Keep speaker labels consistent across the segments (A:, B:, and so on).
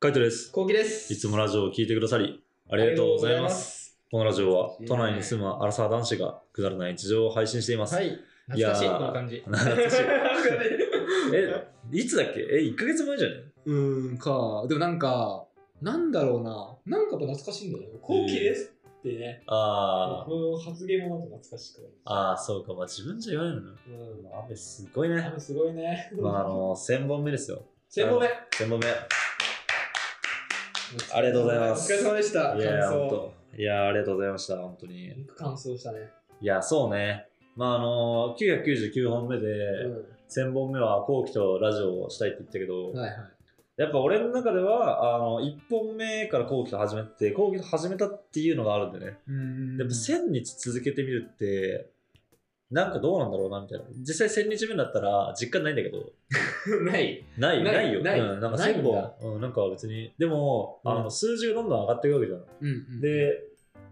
A: カイトです。
B: こうきです。
A: いつもラジオを聞いてくださり、ありがとうございます。
B: す。
A: このラジオは、都内に住むアラサー男子がくだらない日常を配信しています。
B: はい。
A: いやー
B: 懐かしい、この感じ。
A: 懐かしい
B: え
A: え、いつだっけえ、1ヶ月前じゃね
B: うーんか。でもなんか、なんだろうな。なんかやっぱ懐かしいんだよね。こうきですってね。
A: あ
B: この発言もなんか懐かしくなる。
A: あ、ああ、そうか。まあ自分じゃ言わないのね。
B: うん。
A: 雨すごい
B: 多
A: ね。
B: 分すごいね。
A: まああの、1000本目ですよ。
B: 千本目。
A: 1000本目。ありがとうございます
B: お疲れ様でした。
A: いやー、
B: 感
A: ほん
B: 想。
A: と。いやー、ありがとうございました。本当に。い
B: よく感想したね。
A: や、そうね。まああの、999本目で、
B: う
A: 1000本目は後期とラジオをしたいって言ったけど、
B: ん。はいはい。
A: やっぱ俺の中では、あの、1本目から後期と始めて、後期と始めたっていうのがあるんでね。
B: うん
A: でも1000日続けてみるって、なんかどうなんだろうな、みたいな。実際1000日目になったら、実感ないんだけど、
B: ない。
A: ない、
B: ない
A: ないよ。
B: ない
A: うん、なんか
B: ない
A: 1000
B: ん
A: 本
B: だ、
A: うん、なんか別に。でも、あ
B: う
A: の、数字がどんどん上がっていくわけじゃん。
B: うんうん。
A: で、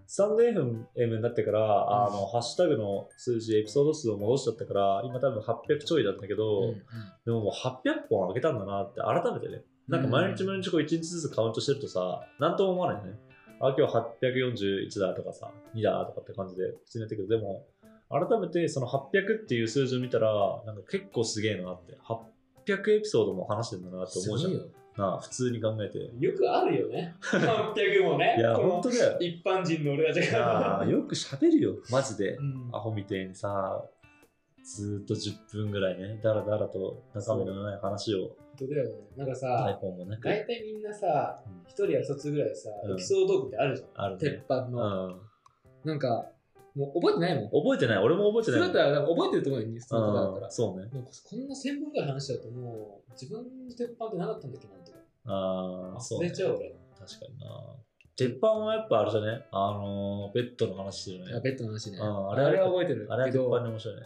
A: スタンド FM になってから、あの、ハッシュタグの数字、エピソード数を戻しちゃったから、今多分800ちょいだったけど、
B: うんうん、
A: でももう800本上げたんだなって改めてね。なんか毎日毎日こう1日ずつカウントしてるとさ、なんとも思わないよね。あ、今日841だとかさ、2だとかって感じで普通にやってるけど、でも、改めてその800っていう数字を見たら、なんか結構すげえなって、800エピソードも話してんだなって思うじゃん。
B: よ。
A: なあ、普通に考えて。い
B: よくあるよね。800もね。
A: や、
B: この
A: 本当だよ。
B: 一般人の俺たち
A: いや
B: が。
A: よく喋るよ、マジで
B: う。ん
A: アホみてえにさ、ずーっと10分ぐらいね、だらだらと中身のない話を、
B: 本当だよね。なん
A: 台
B: かさ、
A: 本もなく、
B: 大体みんなさ
A: うん、
B: 一人や一つぐらいさ、
A: うん
B: エピソードトークってあるじゃん。
A: ある
B: 鉄
A: ね。
B: 板
A: う
B: の。
A: ん。
B: なんか、もう覚えてないもん。
A: 覚えてない俺も
B: 普
A: 覚え
B: 通
A: てな
B: だ
A: い
B: ったらなんか覚えてると思うよ、普通の方だった
A: う
B: ら
A: ん。そうね
B: なんかこんな1000本ぐらい話しちゃうともう、自分の鉄板ってなかったんだっけなんとか。
A: ああそ
B: 忘
A: うね
B: れちゃう
A: 確かにな鉄板はやっぱあれじゃねあのーベッドの話してる
B: 俺。あ
A: ね
B: ベッドの話ね。
A: うん
B: あ
A: あれ
B: れは覚えてる
A: あれは
B: け
A: 鉄板
B: ど、
A: に面白いね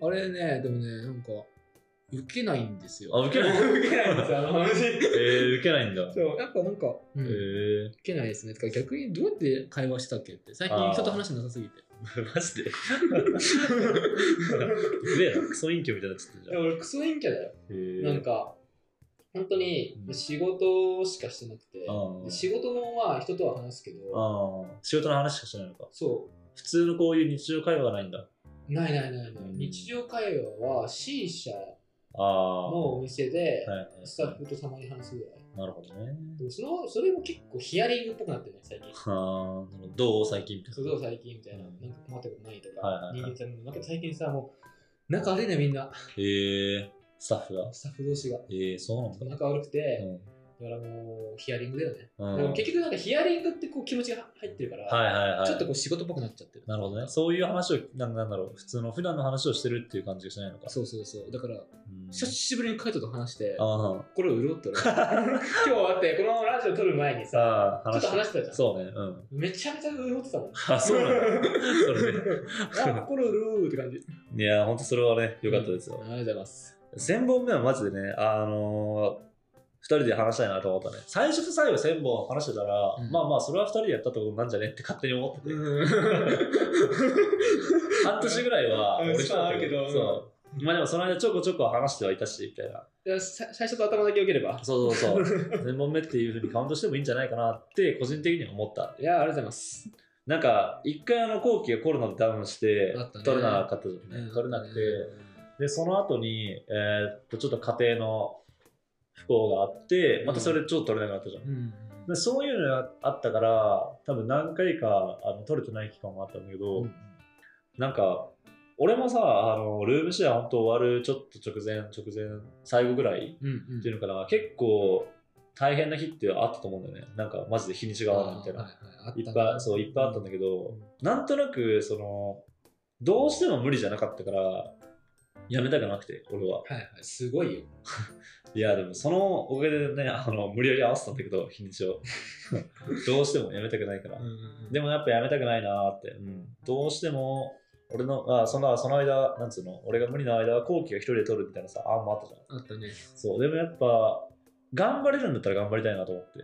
B: ああれね、でもね、なんか、受けないんですよ。
A: あ受けない
B: 受けないんですよ、あの話。
A: えー、受けないんだ
B: そう、やっぱなんか、うん
A: えー、
B: いけないですね。てか逆にどうやって会話したっけって。最近人と話してなさすぎて。
A: マジですげえなクソ陰キャみたいになっちゃってるじゃ
B: でも俺クソ陰キャだよ。
A: ん
B: なんか、本当に
A: うん
B: 仕事しかしてなくて、
A: うん
B: で仕事もまあ人とは話すけ
A: えー
B: ど、
A: ああ仕事の話しかしないのか
B: そ
A: 普通のこういう日常会話がないんだ
B: う、ないないないない。
A: うん
B: 日常会話は C 社
A: ああ
B: のお
A: は
B: 店で
A: い、はい
B: スタッフとたまに話すぐらい。
A: なるほどね
B: でもそのそれも結構ヒアリングっぽくなってるね、最近。
A: はあどう最近みたいな
B: そうどう最近みたいな、
A: うん
B: なんか困ったことないと
A: はいはい
B: か
A: は、い
B: 人間ちゃんの、なんか最近さ、もう、仲悪いね、みんな、
A: ええー、スタッフが
B: スタッフ同士が。
A: ええー、そうなんだ
B: 仲悪くて、
A: うん
B: だからもうヒアリングだよね。
A: うん
B: でも結局なんかヒアリングってこう気持ちが入ってるから、
A: はいはいはい。
B: ちょっとこう仕事っぽくなっちゃってる。
A: なるほどね。そういう話を、なんなんだろう、普通の普段の話をしてるっていう感じがしないのか。
B: そうそうそう。だから、
A: うん
B: 久しぶりにカイトと話して、
A: あ
B: 心を潤ったら。 今日だって、このラジオ撮る前に
A: あ、
B: さ、
A: ああ、
B: ちょっと話
A: し
B: してたじゃん。
A: そうね、うん。
B: めちゃめちゃ潤ってたもん。
A: あ、そうなんだ。それね。
B: あ、心潤うって感じ。
A: いやー、ほんとそれはね、良かったですよ
B: うん。ありがとうございます。
A: 1000本目はマジでね、あのー、2人で話したいなと思ったね。最初と最後1000本話してたら、
B: うん
A: まあまあ、それは2人でやったってことなんじゃねって勝手に思っ てて、半年ぐらいは
B: うん
A: 一人だ
B: うんそうあるけど
A: そう。まあでもその間ちょこちょこ話してはいたし、みたいな。
B: じゃあさ最初と頭だけ良ければ。
A: そうそうそう。1000本目っていうふうにカウントしてもいいんじゃないかなって、個人的には思った。
B: いや、ありがとうございます。
A: なんか、一回あの、後期がコロナでダウンして
B: あった、ね
A: 取れなかったじゃんね。取れなくて、で、その後に、えーっと、ちょっと家庭の不幸があって、またそれでちょっと取れなくなったじゃん。
B: うん。
A: でそういうのがあったから、多分何回かあの取れてない期間もあったんだけど、
B: うん
A: なんか、俺もさ、あの、ルームシェア本当終わるちょっと直前、直前、最後ぐらい
B: うん
A: っていうのかな、結構大変な日ってあったと思うんだよね。なんか、マジで日にちが合わないみたいな。
B: あーはいい
A: っ
B: はい
A: ぱ
B: あ
A: い、
B: った
A: そう、いっぱいあったんだけど、
B: うん
A: なんとなく、その、どうしても無理じゃなかったから、やめたくなくて、俺は。
B: はいはい、すごいよ。
A: いや、でも、そのおかげでね、あの、無理やり合わせたんだけど、日にちを。 どうしてもやめたくないから。で
B: も、
A: も、やっぱやめたくないなーって、うん。どうしても、俺の、あ、その、その間、なんつうの、俺が無理な間は、後期が一人で取るみたいなさ、案もあったじゃん。
B: あったね。
A: そう、でもやっぱ、頑張れるんだったら頑張りたいなと思って。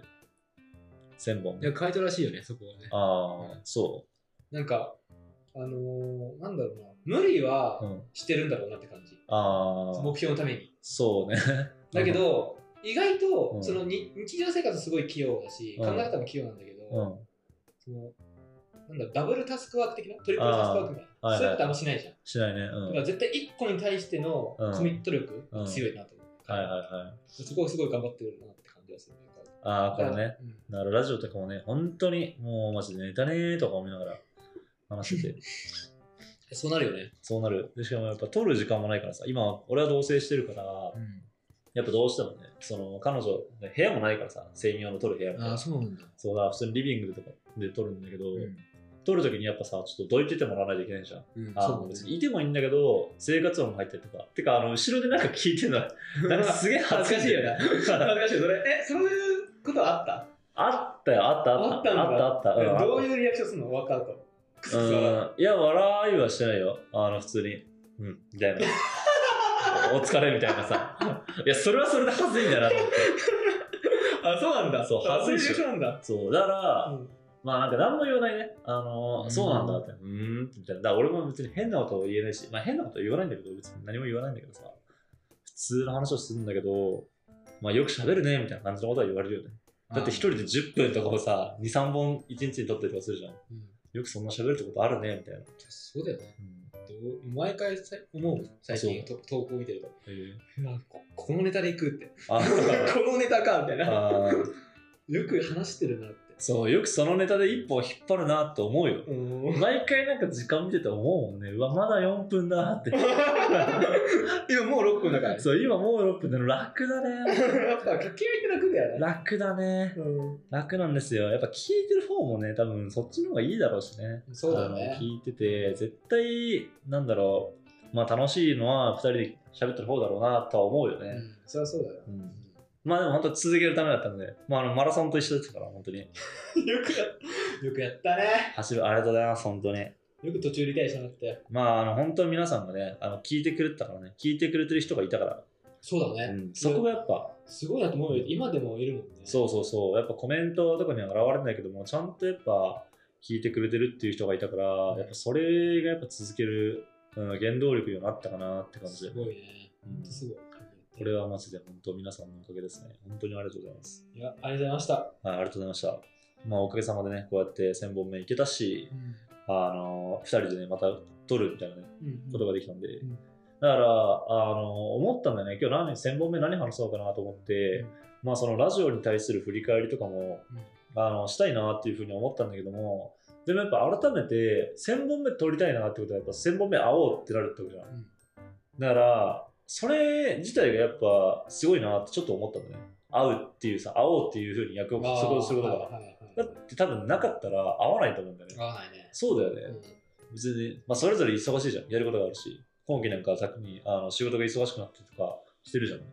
A: 1000本
B: い。や、カイトらしいよね、そこはね。
A: ああ、そ
B: なんか、あのー、なんだろうな、無理は
A: う。うん。
B: してるんだろうなって感じ。
A: ああ。
B: 目標のために。
A: そうね。
B: だけ、ど、意外
A: う
B: と
A: ん
B: そのに日常生活すごい器用だし、
A: うん
B: 考え方も器用なんだけど、
A: うん。
B: そのなんだダブルタスクワーク的なトリプルタスクワークみたい
A: あーは
B: ないそういうことあんましないじゃん、
A: しないね。うん。
B: だから絶対1個に対しての
A: うん
B: コミット力が強いなと思う、
A: はいはいはい。
B: そこをすごい頑張ってるなって感じがするね
A: ああ、これね。
B: だからうん
A: だからラジオとかもね、本当にもうマジで寝たねーとか思いながら話して て、
B: そうなるよね、
A: そうなる。でしかもやっぱ撮る時間もないからさ、今俺は同棲してるから、やっぱどうしてもね、その彼女、部屋もないからさ、専用の撮る部屋も。
B: そうなんだ、
A: そうだ、普通にリビングとかで撮るんだけど、
B: うん
A: 撮るときにやっぱさ、ちょっとどいててもらわないといけないじゃん。
B: うん
A: あ
B: そう
A: の別
B: だね
A: にいてもいいんだけど、生活音も入ったりとか。てか、あの、後ろでなんか聞いてるの、 なんかすげえ恥ずかしいよね。
B: 恥ずかしいそれえそういうことあった
A: あったよ、あった、あった、
B: の
A: あ
B: か
A: った、あった。んあった
B: どういうリアクションするの終わった後クスクス笑 う
A: うんいや、笑いはしてないよ。あの、普通に。うん、み たいな。お疲れみたいなさ。いや、それはそれで恥ずいんだなと思って。
B: あそうなんだ
A: そう
B: あそういうリア
A: 恥ず
B: クションなんだ
A: そう、だから、
B: うん
A: まあなんか何も言わないね。あの、
B: うん
A: そうなんだって。うーんってみたいな。だから俺も別に変なことを言えないし、まあ変なことは言わないんだけど、別に何も言わないんだけどさ。普通の話をするんだけど、まあよく喋るね、みたいな感じのことは言われるよね。だって一人で10分とかをさ、2、3本1日に撮ったりとかするじゃん。
B: うん
A: よくそんな喋るってことあるね、みたいな。
B: そうだよね
A: うん
B: どう毎回さ思う最近と投稿見てるとうわここのネタでいくって
A: あ、
B: こ
A: そうだね
B: のネタかみたいな
A: あー
B: よく話してるなって
A: そう、よくそのネタで一本引っ張るなと思うよ。
B: うーん
A: 毎回なんか時間見てて思うもんね。うわ、まだ4分だ って。
B: 今もう6分だから
A: そう、今もう6分で楽だね。
B: やっぱ掛け合いって楽だよね
A: 楽だね。
B: うん
A: 楽なんですよ。やっぱ聞いてる方もね、多分そっちの方がいいだろうしね。
B: そうだね
A: あの聞いてて、絶対、なんだろう、まあ楽しいのは2人で喋ってる方だろうなとは思うよ
B: う
A: ね。
B: んそりゃそうだよ
A: うんまあでも本当続けるためだったので、まああのマラソンと一緒だったから、本当に。
B: うんよくやよくやったね
A: 走る、ありがとうございます、本当に。
B: よく途中リタイアしなかったよ
A: まあ、あの本当に皆さんがね、あの聞いてくれてたからね、聞いてくれてる人がいたから、
B: そうだ
A: う
B: ね、
A: ん、そこがやっぱ、
B: すごいなと思うよ今でもいるもんね
A: そうそうそう、やっぱコメントとかには現れないけども、ちゃんとやっぱ聞いてくれてるっていう人がいたから、やっぱそれがやっぱ続ける、うん、原動力にはなったかなって感じ
B: す
A: で、
B: ごいね
A: う
B: ほ
A: ん
B: んとすごい
A: これはマジで本当皆さんのおかげですね。本当にありがとうございます。
B: いやありがとうございました、
A: はい、ありがとうございました。まあ、おかげさまでね、こうやって1000本目いけたし、あの、2人でね、また撮るみたいなね、
B: うん
A: ことができたんで、
B: ん
A: だからあの思ったんだよね今日何1000本目何話そうかなと思って、まあそのラジオに対する振り返りとかも、あのしたいなっていうふうに思ったんだけどもでもやっぱ改めて1000本目撮りたいなってことはやっぱ1000本目会おうってなるってことじゃん、
B: ん
A: だからそれ自体がやっぱすごいなってちょっと思ったんだね会うっていうさ会おうっていうふうに役をそこすることが、
B: あーはいはい
A: だ
B: はい
A: って多分なかったら会わないと思うんだよね
B: 合わないね、
A: そうだよね、
B: うん
A: 別に、まあ、それぞれ忙しいじゃん。やることがあるし、今期なんか特にあの仕事が忙しくなってとかしてるじゃん。だか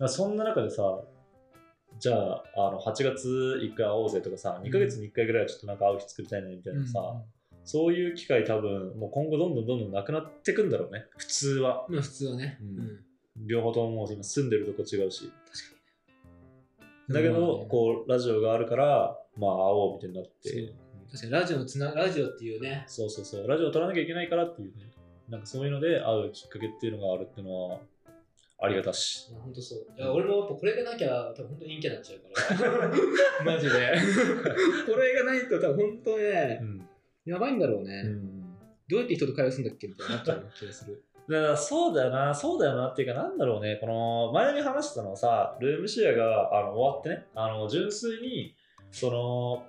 A: らそんな中でさ、じゃあ、あの8月1回会おうぜとかさ、2ヶ月に1回ぐらいはちょっとなんか会う日作りたいねみたいなさ、そういう機会多分、もう今後どんどんどんどんなくなってくんだろうね、普通は。
B: まあ普通はね、
A: う
B: うんん
A: 両方とももう今住んでるとこ違うし。
B: 確かに
A: だけど、
B: うん
A: こう、ラジオがあるから、まあ会おうみたいになっ
B: そう
A: て。
B: 確かにラジオのつなラジオっていうね
A: そうそうそう、ラジオを撮らなきゃいけないからっていうね、なんかそういうので会うきっかけっていうのがあるっていうのは、ありがたし。
B: 本当そういや俺もやっぱこれがなきゃ多分本当陰キャになっちゃうからマジで これがないと多分本当ね
A: ん。
B: やばいんだろうね、
A: うん、
B: どうやって人と会話するんだっけみたいになっちゃう気がする
A: だからそうだよな、そうだよなっていうか、なんだろうね、この前に話してたのはさ、ルームシェアがあの終わってね、あの純粋に、その、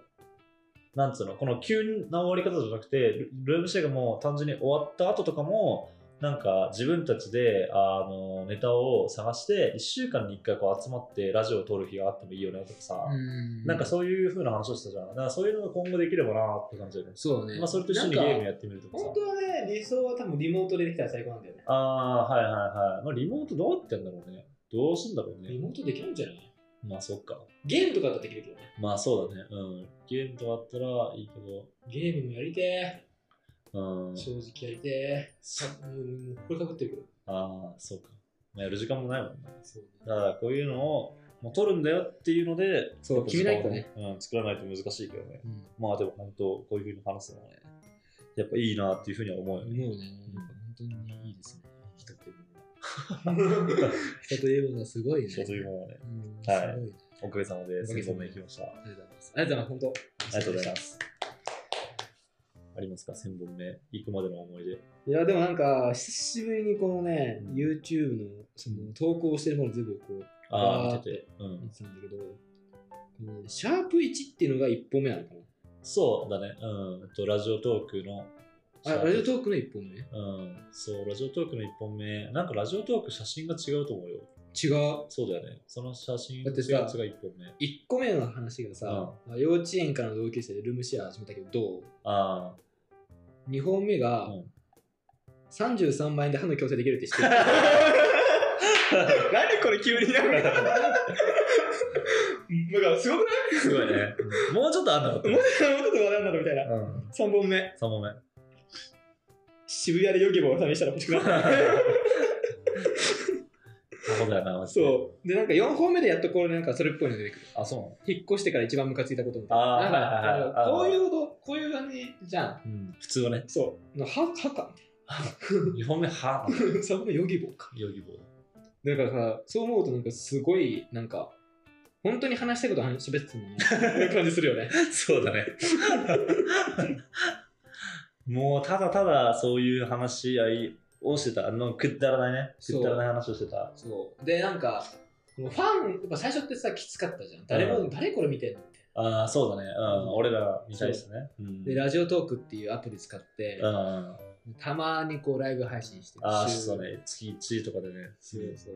A: なんつうの、この急な終わり方じゃなくて、ルルームシェアがもう単純に終わった後とかも、なんか自分たちであのネタを探して、1週間に1回こう集まってラジオを撮る日があってもいいよねとかさ、
B: うん
A: なんかそういう風な話をしてたじゃん。だからそういうのが今後できればなーって感じだよね。
B: そうね
A: まあそれと一緒にゲ
B: なんか
A: ームやってみるとかさ
B: 本。当はね理想は多分リモートでできたら最高なんだよね
A: ああー、はいはいはい。まあリモートどうやってんだろうね。どうすんだろう
B: リ
A: ね。
B: モートできないんじゃない
A: まあそっか。
B: ゲームとかだとできるけどね
A: まあそうだね。うん。ゲームとかあったらいいけ
B: ゲームもやりて
A: ど。うん
B: ー。正直やりてーさもうもうこれかぶってるけど
A: ああ、そうか。まあやる時間もないもんな。
B: そうね
A: だからこういうのを、もう取るんだよっていうので、
B: そう
A: やっぱ時間を
B: 決めない
A: うん、作らないと難しいけどね。
B: うん
A: まあでも本当、こういう風に話すのはね、やっぱいいなっていう風には思うよね。
B: 思うね。本当にいいですね。人って 人というものはすごいね。
A: そうというものはね、
B: うんすご
A: はい
B: いね。
A: おかげさまで3本目いきました。あ
B: ありがとうございます。ありがとうございます。本当。
A: りがとうござい ます。ありますか ?1000 本目行くまでの思い出。
B: いや、でもなんか、久しぶりにこのね、
A: うん
B: YouTube のその投稿してるもの全部こう
A: あ
B: あ
A: あ、
B: ー
A: 見てて。うん
B: 見。てたんだけど、このねシャープ1っていうのが1本目なのか
A: そうだね。うん。と、ラジオトークの。
B: な。あラジオトークの1本目
A: うん。そう、ラジオトークの1本目。なんかラジオトーク写真が違うと思うよ。
B: 違う。
A: そうだよね。その写真
B: だってさ
A: のやつが1本目。
B: 1個目の話がさ、幼稚園からの同級生でルームシェア始めたけど、ど
A: ああ。
B: う ?2 本目が、
A: うん
B: 33万円で歯の矯正できるって知ってる 何これ急になんか。なんかすごくない
A: すごいね。もうちょっとあんなかったね
B: もう。ちょっと笑うんだろうみたいな。
A: うん。
B: 3本目。
A: 3本目。
B: 渋谷でヨギボーを試したら欲しくなった。
A: そうだよな、マジで
B: そう。で、なんか4本目でやっとこれなんかそれっぽいの出てくる。
A: あ、そうなの
B: 引っ越してから一番ムカついたことみたい
A: あー
B: な。
A: はい
B: な
A: は
B: ん
A: いはい
B: か、こういうこと、こういう感じじゃ
A: う
B: ん。
A: ん。普通はね。
B: そう。のは、はか。
A: 2本目、はぁ。
B: 3本目ヨギボーか。
A: ヨギボー。
B: だからさ、そう思うとなんかすごい、なんか、本当に話したいこと話喋ってたもんね。いう感じする よね。
A: そうだね。もうただただそういう話し合いをしてた。あのくだらないね。
B: そう
A: くだらない話をしてた。
B: そう。で、なんか、このファン、やっぱ最初ってさ、きつかったじゃん。誰も、
A: うん
B: 誰これ見てんのって。
A: ああ、そうだね。うん。
B: うん
A: 俺らみたいですね。うん。
B: で、ラジオトークっていうアプリ使って、
A: うん。
B: たまにこうライブ配信してる
A: ああ、そうだね。月1とかでね。
B: そうそう。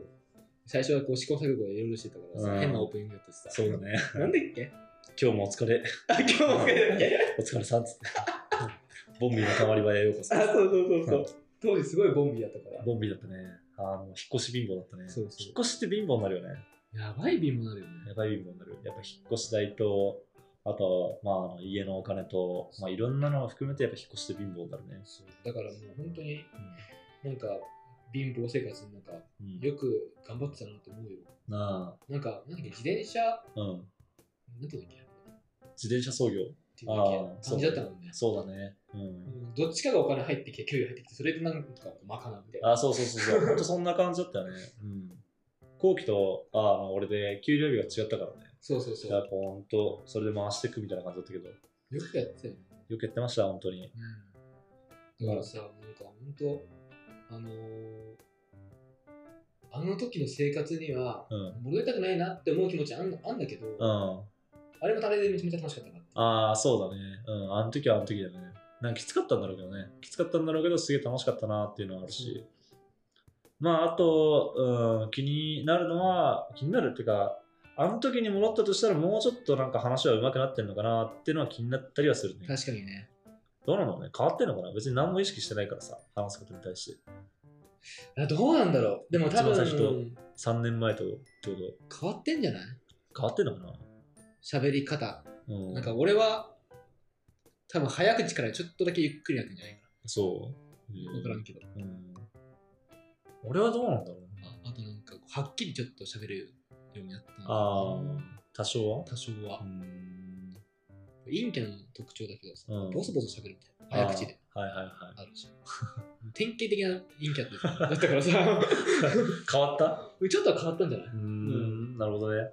B: 最初はこう試行錯誤でいろいろしてたからさ、
A: うん
B: 変なオープニングだったしさ。
A: そうだね。
B: なんだっけ
A: 今日もお疲れ。
B: あ、今日もだっけ
A: お疲れさんっつって。ボンビーのたまり場へようこそ
B: あ、。そうそうそうそう。 当時すごいボンビーだったから。
A: ボンビーだったね。あの、引っ越し貧乏だったね。
B: そうそう
A: 引っ越しって貧乏になるよね。
B: やばい貧乏なるよね。
A: やばい貧乏になる。やっぱ引っ越し代と、あと、まああの、家のお金と、まあ、いろんなのを含めて、やっぱ引っ越しって貧乏になるね。
B: そうだからもう本当になんか貧乏生活なんか
A: うん。うん
B: よく頑張ってたなと思うよ。
A: な
B: なんか、なんだっけ、自転車、
A: あ、うん。
B: なんていうんだっけ
A: 自転車操業。
B: っていうだ
A: あー
B: け感じだったもんね。
A: そうだね。うん。
B: うんどっちかがお金入ってきて、給与入ってきて、それでなんとか賄うみたいな。
A: あ、そうそうそうそう。ほんとそんな感じだったよね。うん。後期と、ああの、俺で給料日が違ったからね。
B: そうそうそ
A: やっぱ
B: う。
A: ほんと、それで回していくみたいな感じだったけど、
B: よくやってたよね。
A: よくやってました、本当に。
B: だからさ、なんか本当、あのーあの時の生活には
A: うん。
B: 戻りたくないなって思う気持ちあんあんだけど、
A: うん。
B: あれもあれでめちゃめちゃ楽しかったなって。
A: ああ、そうだね。うん、あの時はあの時だよね。なんかきつかったんだろうけどね。きつかったんだろうけど、すげえ楽しかったなっていうのはあるし。まあ、あと、うん、気になるのは、気になるっていうか、あの時に戻ったとしたら、もうちょっとなんか話は上手くなってんのかなっていうのは気になったりはするね。
B: 確かにね。
A: どうなのね変わってんのかな別に何も意識してないからさ、話すことに対して。
B: あどうなんだろう。でも多分
A: 一番最初と
B: うん
A: 3年前とってこと
B: 変わってんじゃない
A: 変わってんのかな
B: 喋り方。
A: うん。
B: なんか俺は、多分早口からちょっとだけゆっくりなってんじゃないか
A: そう、
B: な。わからんけど。
A: うん。俺はどうなんだろうな。
B: ああとなんか、はっきりちょっと喋るようになったの
A: ああ、多少は
B: 多少は
A: う。ん
B: 陰キャの特徴だけどさ、
A: うん
B: ボソボソ喋るみたいな。早口
A: あー
B: で。
A: はいはいはい。
B: あるし。典型的な陰キャってだったからさ、
A: 変わった
B: ちょっとは変わったんじゃないう
A: ーん、なるほどね。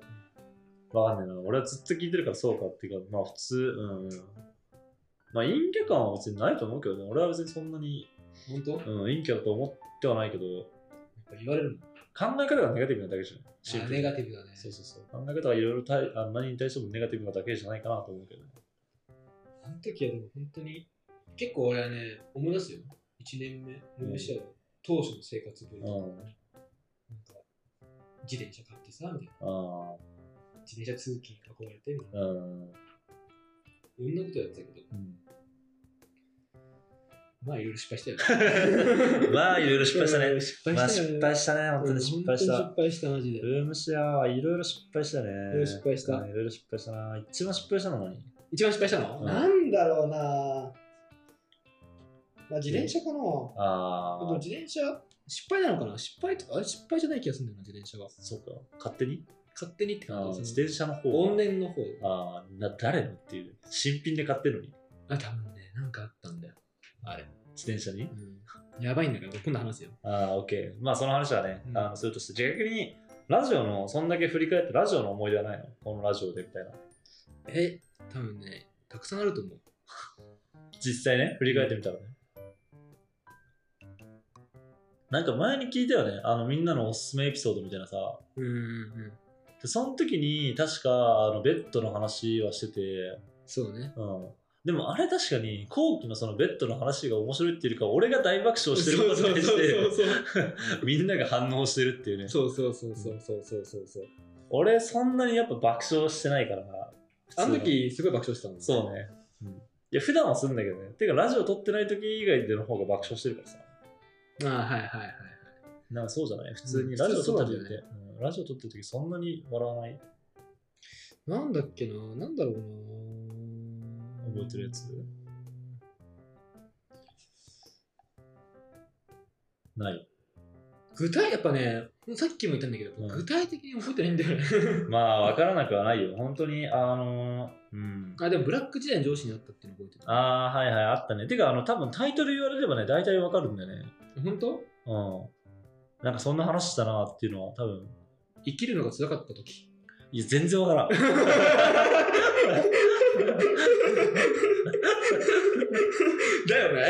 A: わかんねえな。俺はずっと聞いてるからそうかっていうか、まあ普通、うん。まあ陰キャ感は別にないと思うけどね。俺は別にそんなに、
B: 本当やっ
A: うん、陰キャだと思ってはないけど、
B: ぱ言われるもん。
A: 考え方がネガティブなだけじゃん。シン
B: あ
A: プル
B: ネ
A: に
B: ガティブだね。
A: そうそうそう。考え方はいろいろ対あ何に対してもネガティブなだけじゃないかなと思うけどね。
B: あの時はでも本当に、結構俺はね、思い出すよ。1年目、入社の当初の生活ぶりとか、
A: うん。
B: なんか自転車買ってさ、みたい
A: あ
B: な。自転車通勤囲まれて、みたいな。
A: あ、うん。
B: いろんなことやってたけど、
A: うん
B: まあいろいろ失敗したよね。
A: まあいろいろ失敗したね
B: うん失敗
A: まあ
B: したよね。
A: 失敗したね。本当
B: うん
A: に失敗した。
B: 本当に失敗した、マジで。
A: ルームシェアはいろいろ失敗したね。い
B: ろいろ失敗した
A: いろいろ失敗したな。一番失敗したの何
B: 一番失敗したの、
A: うん
B: なんだろうなまあ自転車かな、
A: あ
B: でも
A: あ、
B: 自転車失敗なのかな失敗とかあれ失敗じゃない気がするんだよな自転車は
A: そうか。勝手に
B: 勝手にって
A: あ
B: 感
A: ー
B: じ
A: 自
B: です
A: 転車の方
B: 往年の方
A: ああ、な誰のっていう。新品で買ってるのに。
B: あ多分ねなんかあったんだよあれ
A: 自転車に。
B: うんやばいんだから、今度話すよ。
A: ああ、OK。まあ、その話はね、
B: うん
A: あのするとして、じゃあ逆に、ラジオの、そんだけ振り返って、ラジオの思い出はないのこのラジオでみたいな。
B: え、多分ね、たくさんあると思う。
A: 実際ね、振り返ってみたらね。なんか前に聞いたよね、あのみんなのおすすめエピソードみたいなさ。
B: うんうんうん。
A: で、その時に確かあのベッドの話はしてて、
B: そうね。
A: うん。でもあれ確かに、後期のそのベッドの話が面白いっていうよりか、俺が大爆笑してることに対して、
B: そう
A: みんなが反応してるっていうね。
B: そうそうそうそうそうそうそうそうそう。
A: 俺そんなにやっぱ爆笑してないからな。
B: あの時、すごい爆笑してたもん
A: そうね。いや、普段はするんだけどね。てか、ラジオ撮ってない時以外での方が爆笑してるからさ。
B: ああ、はいはいはい。
A: なんかそうじゃない普通
B: う
A: に
B: ん
A: ラジオ撮ってる
B: 普
A: 時
B: 通そ
A: っ
B: う
A: て、うんラジオ撮ってる時そんなに笑わない
B: なんだっけな、なんだろうな。
A: 覚えてるやつない。
B: 具体、やっぱね、さっきも言ったんだけど、
A: うん
B: 具体的に覚えてないんだよね。
A: まあ、わからなくはないよ。本当に、あのーうん。
B: あ、でもブラック時代の上司になったっていうの覚えてた。
A: ああ、はいはい、あったね。てか、あの、多分タイトル言われればね、大体わかるんだよね。
B: 本当
A: うん。なんかそんな話したなっていうのは多分、
B: 生きるのが辛かった時。
A: いや、全然わからん。
B: だよね。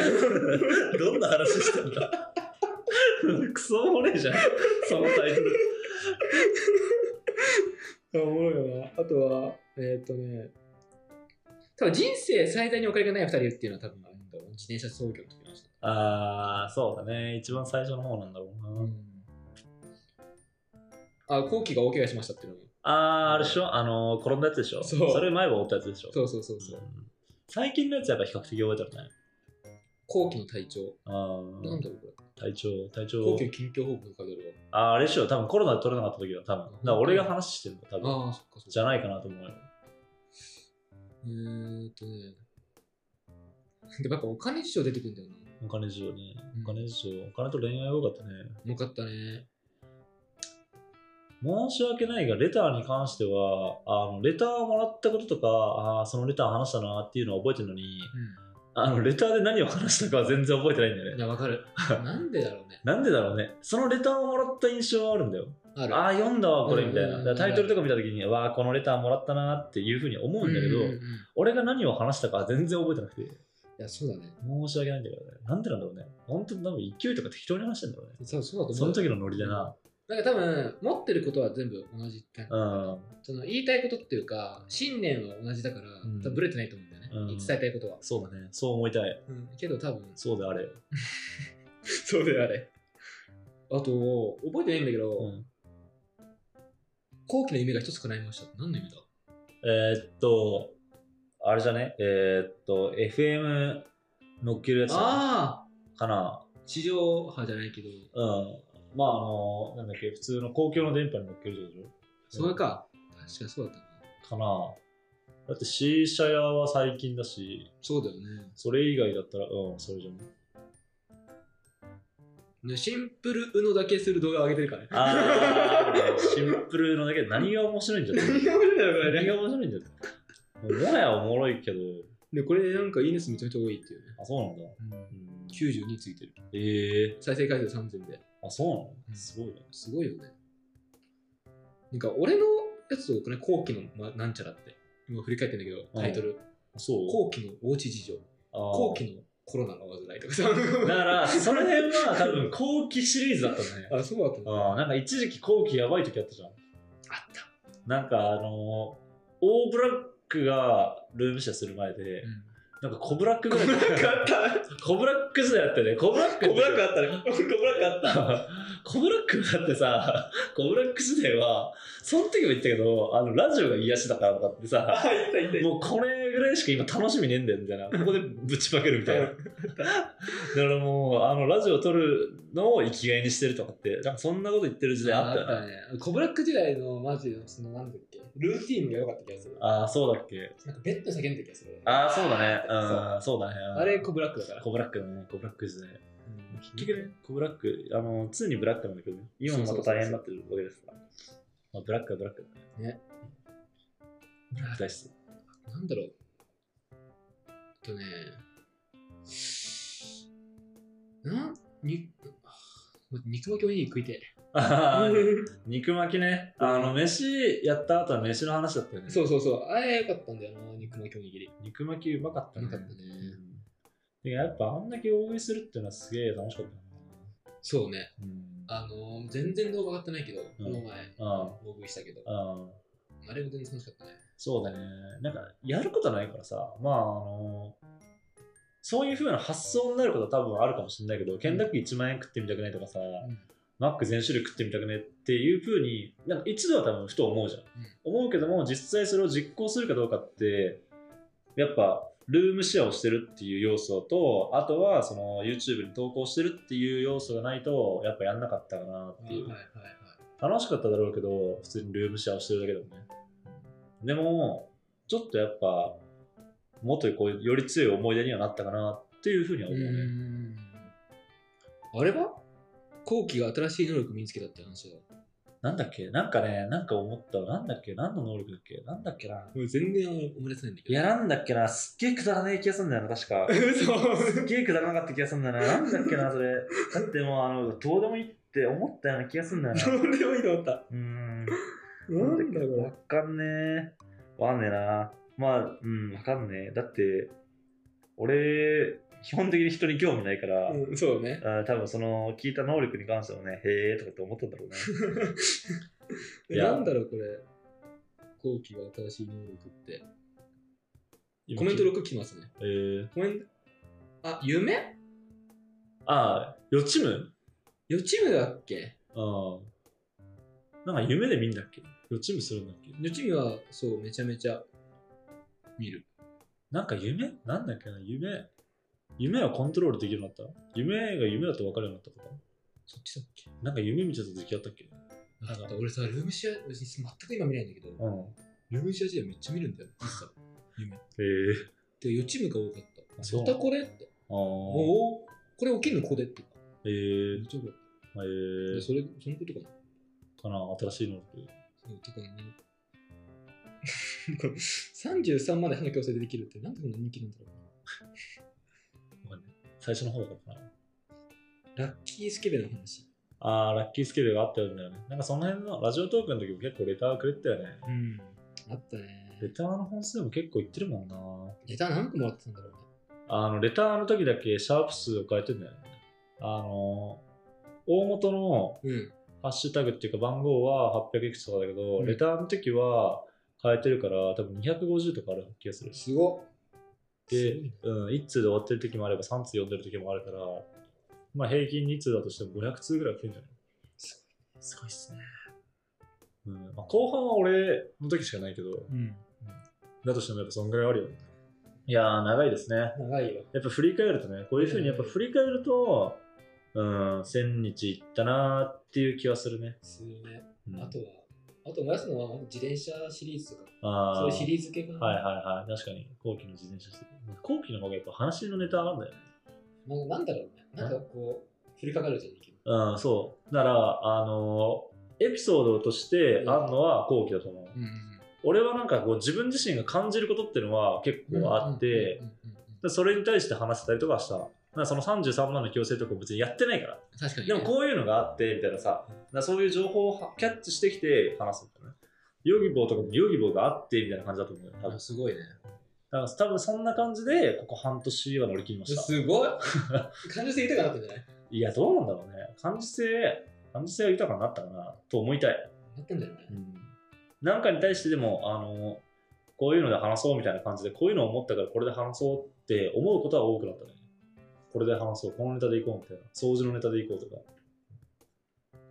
A: どんな話してんだ クソおもれえじゃん、そのタイトル。
B: おもろいよな。あとは、えーっ、とね、多分人生最大にお金がない二人っていうのは多分あるんだろう。自転車操業の時の話だ。
A: ああ、そうだね。一番最初の方なんだろうな。
B: あ、後期が大怪我しましたっていうのも。
A: あー、あれでしょあのー、転んだやつでしょ
B: そう
A: れ前は折ったやつでしょ
B: そうそうそうそう。
A: うん最近のやつはやっぱ比較的覚えてるね。
B: 後期の体調。
A: あ
B: なん
A: ー
B: だろうこ
A: 体調、体
B: れ。
A: 調
B: 後。期の近況報告書いて
A: あー、あれでしょ多分コロナで取れなかった時だ、多分。だから俺が話してるんだ、多
B: あるわ。
A: 分。
B: ああ、そっかそっか。
A: じゃないかなと思うよ。
B: えーっとね。でもやっぱお金事情出てくるんだよな。
A: お金事情ね
B: うん。
A: お金事情。お金と恋愛が多かったね。
B: 儲かったね。
A: 申し訳ないが、レターに関しては、あの、レターをもらったこととか、あーそのレター話したなっていうのは覚えてるのに、あの、レターで何を話したかは全然覚えてないんだよ
B: うん。い
A: ね。
B: や、わかる。なんでだろうね。
A: なんでだろうね。そのレターをもらった印象はあるんだよ。
B: ある。
A: ああ、読んだわ、これ、みたい
B: うん
A: な。
B: うん
A: だからタイトルとか見たときに、わあ、このレターもらったなっていうふうに思うんだけど、
B: うんうんうんい
A: 俺が何を話したかは全然覚えてなくて、
B: や、そうだね。
A: 申し訳ないんだけどね。なんでなんだろうね。本当に多分勢いとか適当に話してんだろうね。
B: そうそうだと思う。
A: その時のノリでな。
B: なんか多分、持ってることは全部同じって、
A: うん。
B: その言いたいことっていうか、信念は同じだから、
A: ん
B: 多分ブレてないと思うんだよね。
A: うん
B: 伝えたいことは。
A: そうだね。そう思いたい。
B: うん、けど多分、
A: そうであれ。
B: そうであれ。あと、覚えてないんだけど、
A: うん。
B: 後期の夢が一つ叶いました。何の夢だ
A: えーっと、あれじゃねえーっと、FM 乗っけるやつか
B: ああ
A: な。
B: 地上波じゃないけど、
A: うん。まあ、あの、なんだっけ、普通の公共の電波に乗っけるでしょ
B: それか。確かそうだったな。
A: かな。だって C 社屋は最近だし、
B: そうだよね。
A: それ以外だったら、うん、それじゃね。
B: ねシンプルうのだけする動画上げてるからね。
A: あー、シンプルのだけで何が面白いんじゃ ない
B: 何が面白いんだろうこれ
A: 何
B: ね
A: が面白いんじゃないもはやおもろいけど、
B: で、これなんかいいね数めちゃめちゃ多いっていうね。
A: あ、そうなんだ。うん
B: 92ついてる。
A: ええ
B: 再生回数3000で。
A: あ、そうなの
B: うん
A: すごいね。
B: すごいよね。なんか俺のやつをこれ後期の、ま、なんちゃらって、今振り返ってんだけど、タイトル、
A: あそう
B: 後期のおうち事情、
A: あー
B: 後期のコロナの災い とかさ。
A: だから、その辺は多分後期シリーズだったんだね。
B: あ、そうだったんだ
A: あーなんか一時期後期やばい時あったじゃん。
B: あった。
A: なんかあのー、オーブラックがルームシェアする前で、なんかコブラックぐらい。
B: あった。
A: コブラック時代あったよね。コブラック。
B: コブラックあったね。コブラックあった。
A: コブラックだってさ、コブラック時代は、その時も言ったけど、あの、ラジオが癒しだからとかってさ、
B: あ、いったいったい
A: もうこれぐらいしか今楽しみねえんだよみたいな。ここでぶちまけるみたいな。だからもう、あの、ラジオを撮るのを生きがいにしてるとかって、なんかそんなこと言ってる時代あ
B: あ
A: っ
B: った
A: よ
B: た
A: ね。
B: ね。コブラック時代のマジのそのなんだっけルーティーンが良かった気がする。
A: ああ、そうだっけ。
B: なんかベッドで叫んでた気がする。
A: ああ、そうだね。うん、そうだね。
B: あれコブラックだから。
A: コブラックだね。コブラック時代。
B: うん
A: 結局ね、コブラック、あの、常にブラックなんだけどね、今もまた大変になってるわけですから。まあ、ブラックはブラックだ
B: ね。
A: ブラック大好き。
B: なんだろう。えっとね、なんにあー肉巻きおにぎり食いてえ
A: あはは肉巻きね。あの、飯やった後は飯の話だったよね。
B: そうそうそう。あれよかったんだよな、肉巻きおにぎり。
A: 肉巻きうまかった
B: う
A: ね。
B: まかったね
A: うんてかやっぱあんだけ大食いするっていうのはすげえ楽しかったな。
B: そうね。
A: うん。
B: あのー、全然動画上がってないけど、この前、
A: あ
B: 大食いしたけど、
A: あうん
B: あれも全然楽しかったね。
A: そうだね。なんか、やることないからさ、まあ、あの、そういう風な発想になることは多分あるかもしれないけど、ケンタッキー1万円食ってみたくないとかさ、マック全種類食ってみたくねっていう風に、なんか一度は多分ふと思うじゃん。思うけども、実際それを実行するかどうかって、やっぱ、ルームシェアをしてるっていう要素と、あとはその YouTube に投稿してるっていう要素がないと、やっぱやんなかったかなっていう。
B: はいはいはい。
A: 楽しかっただろうけど、普通にルームシェアをしてるだけでもね。でも、ちょっとやっぱ、もっとこう、より強い思い出にはなったかなっていうふうには
B: う
A: 思うね。
B: ーんあれは後期が新しい能力身につけたって話だ。
A: なんだっけなんかね、なんか思ったわなんだっけ何の能力だっけなんだっけな。
B: もう全然思い出せないんだけ
A: い
B: ど。
A: や、なんだっけな。すっげえくだらねえ気がするんだよな、確 か。すっげえくだらなかった気がするんだよな。なんだっけな、それ。だってもう、あの、どうでもいいって思ったような気がするんだよな。
B: どうでもいいと思った。
A: うーん。
B: なんだ
A: わ
B: こ
A: かんねえ。わかんねえな。まあ、うん、わかんねえ。だって、俺、基本的に人に興味ないから、
B: れ。うん、そうね。
A: あー多分その聞いた能力に関してもね、へえとかって思ったんだろうね。い や
B: なんだろうこれ。後期が新しい能力って。コメント6来ますね。
A: えー、
B: コメント、あ、夢
A: ああ、予知夢
B: 予知夢だっけ
A: ああ。なんか夢で見んだっけ予知夢するんだっけ
B: 予知夢は、そう、めちゃめちゃ見る。
A: なんか夢なんだっけな夢。夢をコントロールできるようになった夢が夢だと分かるようになったとか
B: そっちだっけ
A: なんか夢見ちゃった時あったっけ
B: あだって俺さ、ルームシェア、別に全く今見ないんだけど、
A: うん。
B: ルームシェア時代めっちゃ見るんだよ、実は。夢。
A: へえ
B: で、予知夢が多かっ
A: あ
B: た。
A: そう
B: またこれって。
A: ああ。
B: おおこれ起きるのここでって。
A: へえ
B: めっちゃ多かった
A: え
B: で
A: ー、
B: それ、そのことかな。
A: かな、新しい能力。
B: そうてかね。 これ33まで歯の矯正でできるって、なんでこんな人気なんだろう
A: 最初の方だったかな。
B: ラッキースケベの話。
A: あー、ラッキースケベがあったんだよね。なんかその辺のラジオトークの時も結構レターくれてたよね。
B: うん。あった
A: レ
B: ね。
A: ターの本数も結構いってるもんな。
B: ネタ何個もらってたんだろうね。
A: あの、レターの時だけシャープ数を変えてんだよね。あのー、大元の
B: うん。
A: ハッシュタグっていうか番号は800いくつとかだけど、
B: うん
A: レターの時は変えてるから多分250とかある気がする。
B: すごっ。
A: です
B: ごいね
A: うん、1通で終わってる時もあれば3通読んでる時もあるから、まあ平均2通だとしても500通ぐらい来るんじゃない
B: す
A: すごいっすね。うんまあ、後半は俺の時しかないけど、
B: うん。
A: だとしてもやっぱそんぐらいあるよね。いやー、長いですね。
B: 長いよ。
A: やっぱ振り返るとね、こういうふうにやっぱ振り返ると、うん、1000日いったなーっていう気はするね。
B: すごいね。
A: うん、
B: あとは、あと思い出すのは、自転車シリーズとか、
A: あ
B: そういうシ
A: ー
B: リーズ系かな。
A: はいはいはい、確かに後期の自転車して後期の方がやっぱ話のネタあるんだよね。
B: なんなんだろうね。なんかこう、振りかかるじゃん、いけど
A: うん、そう。だから、あのーエピソードとしてあるのは後期だと思う。
B: うんうん
A: 俺はなんかこう自分自身が感じることっていうのは結
B: うん。
A: 構あって、
B: うんうんうんうん
A: でそれに対して話せたりとかした。だからその33万の強制とか別にやってないから。
B: 確かに
A: で
B: ね。
A: もこういうのがあって、みたいなさ、だからそういう情報をはキャッチしてきて話すみたいなね。ヨギボーとかもヨギボーがあって、みたいな感じだと思うよ。多分
B: あすごいね。
A: だから多分そんな感じで、ここ半年は乗り切りました。
B: すごい感情性豊かになったんじゃない
A: いや、どうなんだろうね。感受性、感受性が豊かになったかな、と思いたい。
B: なったんじゃない
A: なんかに対してでも、あの、こういうので話そうみたいな感じで、こういうのを思ったからこれで話そうって思うことは多くなったね。これで話そう、このネタでいこうみたいな。掃除のネタでいこうとか。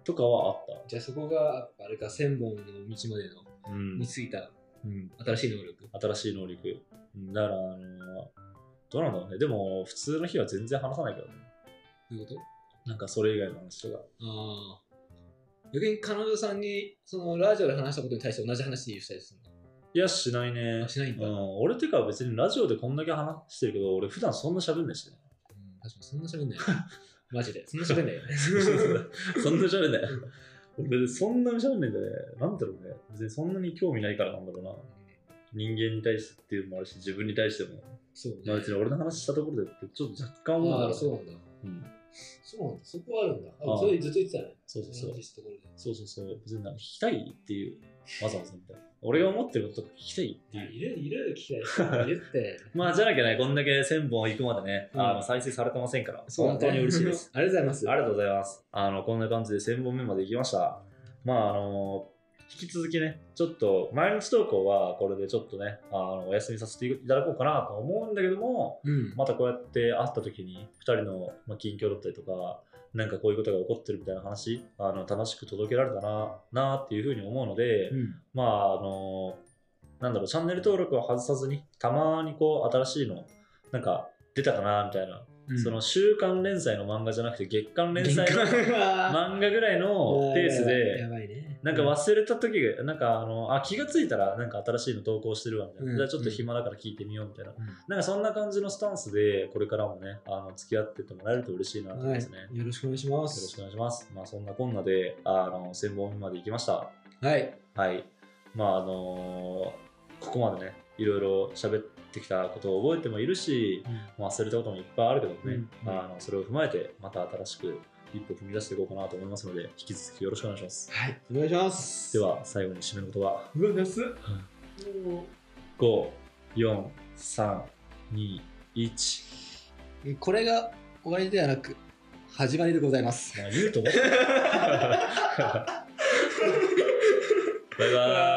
A: とかはあっ
B: じゃあそこが、あれか、千本の道までの、
A: た。うん
B: に。ついた
A: うん、
B: 新しい能力。
A: 新しい能力。うんだから、あの、どうなんだろうね。でも、普通の日は全然話さないけどね。
B: どういうこと
A: なんかそれ以外の話とか。
B: ああ。逆に彼女さんに、そのラジオで話したことに対して同じ話にしたりする
A: いや、しない
B: の
A: ね
B: あ。しないん
A: う
B: だ。うん
A: ん、俺てか別にラジオでこんだけ話してるけど、俺普段そんな喋んないし ね。
B: 確かにそんな喋ん ないよ。マジで。そんな喋んないよね。
A: そんな喋んない。俺、そんなに喋んないんだね。なんだろうね。別にそんなに興味ないからなんだろうな。人間に対してっていうのもあるし、自分に対しても。
B: そうね。
A: まあ別に俺の話したところで、ちょっと若干思う
B: あ
A: ん
B: あ、
A: だ
B: そ
A: ろ
B: うなんだ。
A: ううん。
C: そうなんだ。そこはあるんだ。
A: あ
C: あ
A: あ
C: それずっと言ってたね。
A: そうそうそう
C: 同。じところで
A: そうそうそう。別になんか聞きたいっていう、わざわざみたいな。俺が思ってることとか聞きたいって
C: あ
A: いう。
C: いろいろいろいろ聞きたい人
B: 言
C: がいる。
B: って。
A: まあ、じゃなきゃね、こんだけ1000本行くまでね、
B: うん
A: あの再生されてませんから、
B: そうだ
A: 本
B: ね
A: 当に嬉しい です。。
B: ありがとうございます。
A: ありがとうございます。あの、こんな感じで1000本目まで行きました。まあ、あの、引き続きね、ちょっと、毎日投稿はこれでちょっとね、あの、お休みさせていただこうかなと思うんだけども、
B: うん。
A: またこうやって会った時に、2人のまあ近況だったりとか、なんかこういうことが起こってるみたいな話、あの、楽しく届けられたな、なあっていうふうに思うので、
B: うん。
A: まあ、あの、なんだろう、チャンネル登録を外さずに、たまにこう、新しいの、なんか、出たかな、みたいな、
B: うん
A: その、週刊連載の漫画じゃなくて、月刊連載の
B: 漫
A: 漫画ぐらい のペース
B: や
A: で、
B: ばいね。
A: なんか忘れた時が、なんかあの、あ、気がついたら、なんか新しいの投稿してるわ、みたいな。
B: うん
A: じゃあちょっと暇だから聞いてみよう、みたいな。
B: うん
A: なんかそんな感じのスタンスで、これからもね、あの、付き合ってってもらえると嬉しいなと思い
B: は
A: ま
B: い
A: すね。よ。
B: よろしくお願いしま
A: ろし
B: す
A: く。お願いします。まあそんなこんなで、あの、1000本目まで行きました。
B: はい。
A: はい。まああのーここまでね、いろいろ喋ってきたことを覚えてもいるし、まあ、忘れたこともいっぱいあるけどもね、
B: うんうん
A: あのそれを踏まえて、また新しく一歩踏み出していこうかなと思いますので、引き続きよろしくお願いします。
B: はい。お願いします。
A: で。は、最後に締めの言葉、
B: うわ、安っ。
C: もう
A: 5、4、3、2、1。
B: これが終わりではなく、始まりでございます。
A: まあ、言うと思った。バイバーイ。